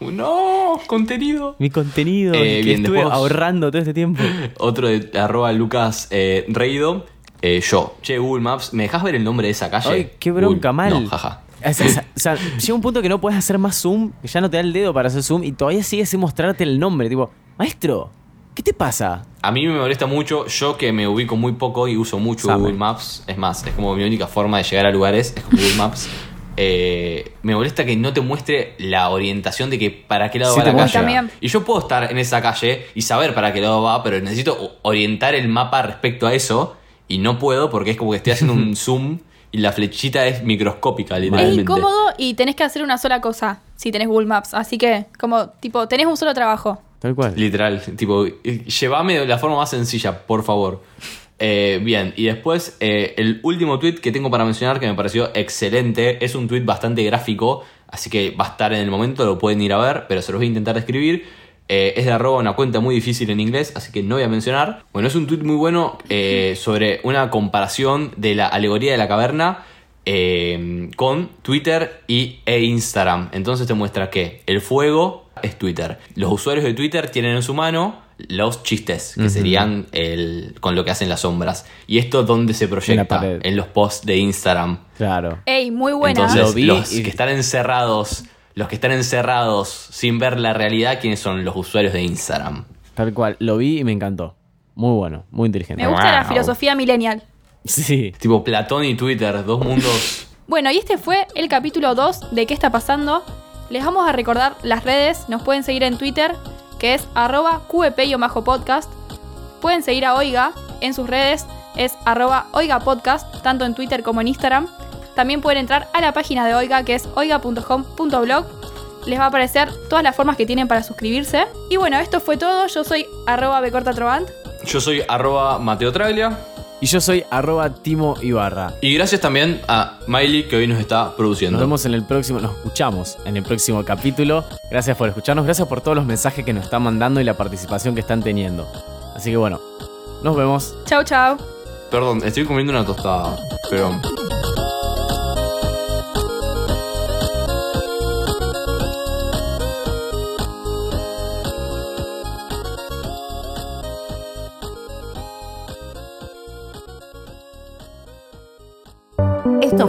¡No! ¡Contenido! mi contenido Eh, que bien, estuve después- ahorrando todo este tiempo. Otro de arroba Lucas eh, Reido. eh, yo. Che, Google Maps, ¿me dejas ver el nombre de esa calle? Ay, qué bronca, Google, mal. No, jaja. O sea, o sea, o sea, llega un punto que no puedes hacer más zoom, que ya no te da el dedo para hacer zoom y todavía sigue sin mostrarte el nombre. Tipo, maestro, ¿qué te pasa? A mí me molesta mucho, yo que me ubico muy poco y uso mucho Sabe. Google Maps, es más, es como mi única forma de llegar a lugares, es con Google Maps. Eh, me molesta que no te muestre la orientación de que para qué lado Sí, va te la calle. muestra. También. Y yo puedo estar en esa calle y saber para qué lado va, pero necesito o- orientar el mapa respecto a eso y no puedo porque es como que estoy haciendo un zoom y la flechita es microscópica, Es literalmente. incómodo y tenés que hacer una sola cosa si tenés Google Maps. Así que, como, tipo, tenés un solo trabajo. Tal cual. Literal, tipo, eh, llévame de la forma más sencilla, por favor. Eh, bien, y después eh, el último tweet que tengo para mencionar que me pareció excelente. Es un tweet bastante gráfico, así que va a estar en el momento, lo pueden ir a ver, pero se los voy a intentar describir. Eh, es de arroba una cuenta muy difícil en inglés, así que no voy a mencionar. Bueno, es un tweet muy bueno eh, sobre una comparación de la alegoría de la caverna eh, con Twitter y, e Instagram. Entonces te muestra que el fuego es Twitter. Los usuarios de Twitter tienen en su mano los chistes, que serían el, con lo que hacen las sombras. Y esto donde se proyecta pared. en los posts de Instagram. Claro. Ey, muy buena. Entonces, Lo vi los y- que están encerrados, los que están encerrados sin ver la realidad, ¿quiénes son los usuarios de Instagram? Tal cual. Lo vi y me encantó. Muy bueno, muy inteligente. Me gusta la Wow. filosofía millennial. Sí. Tipo Platón y Twitter, dos mundos. Bueno, y este fue el capítulo 2 de ¿Qué está pasando? Les vamos a recordar las redes. Nos pueden seguir en Twitter, que es arroba qep-podcast. Pueden seguir a Oiga en sus redes, es arroba oigapodcast, tanto en Twitter como en Instagram. También pueden entrar a la página de Oiga, que es oiga.com.blog. Les va a aparecer todas las formas que tienen para suscribirse. Y bueno, esto fue todo. Yo soy arroba becortatrovant. Yo soy arroba Mateo Traglia. Y yo soy arroba Timo Ibarra. Y gracias también a Miley que hoy nos está produciendo. Nos vemos en el próximo, nos escuchamos en el próximo capítulo. Gracias por escucharnos, gracias por todos los mensajes que nos están mandando y la participación que están teniendo. Así que bueno, nos vemos. Chau, chau. Perdón, estoy comiendo una tostada. Pero. Esto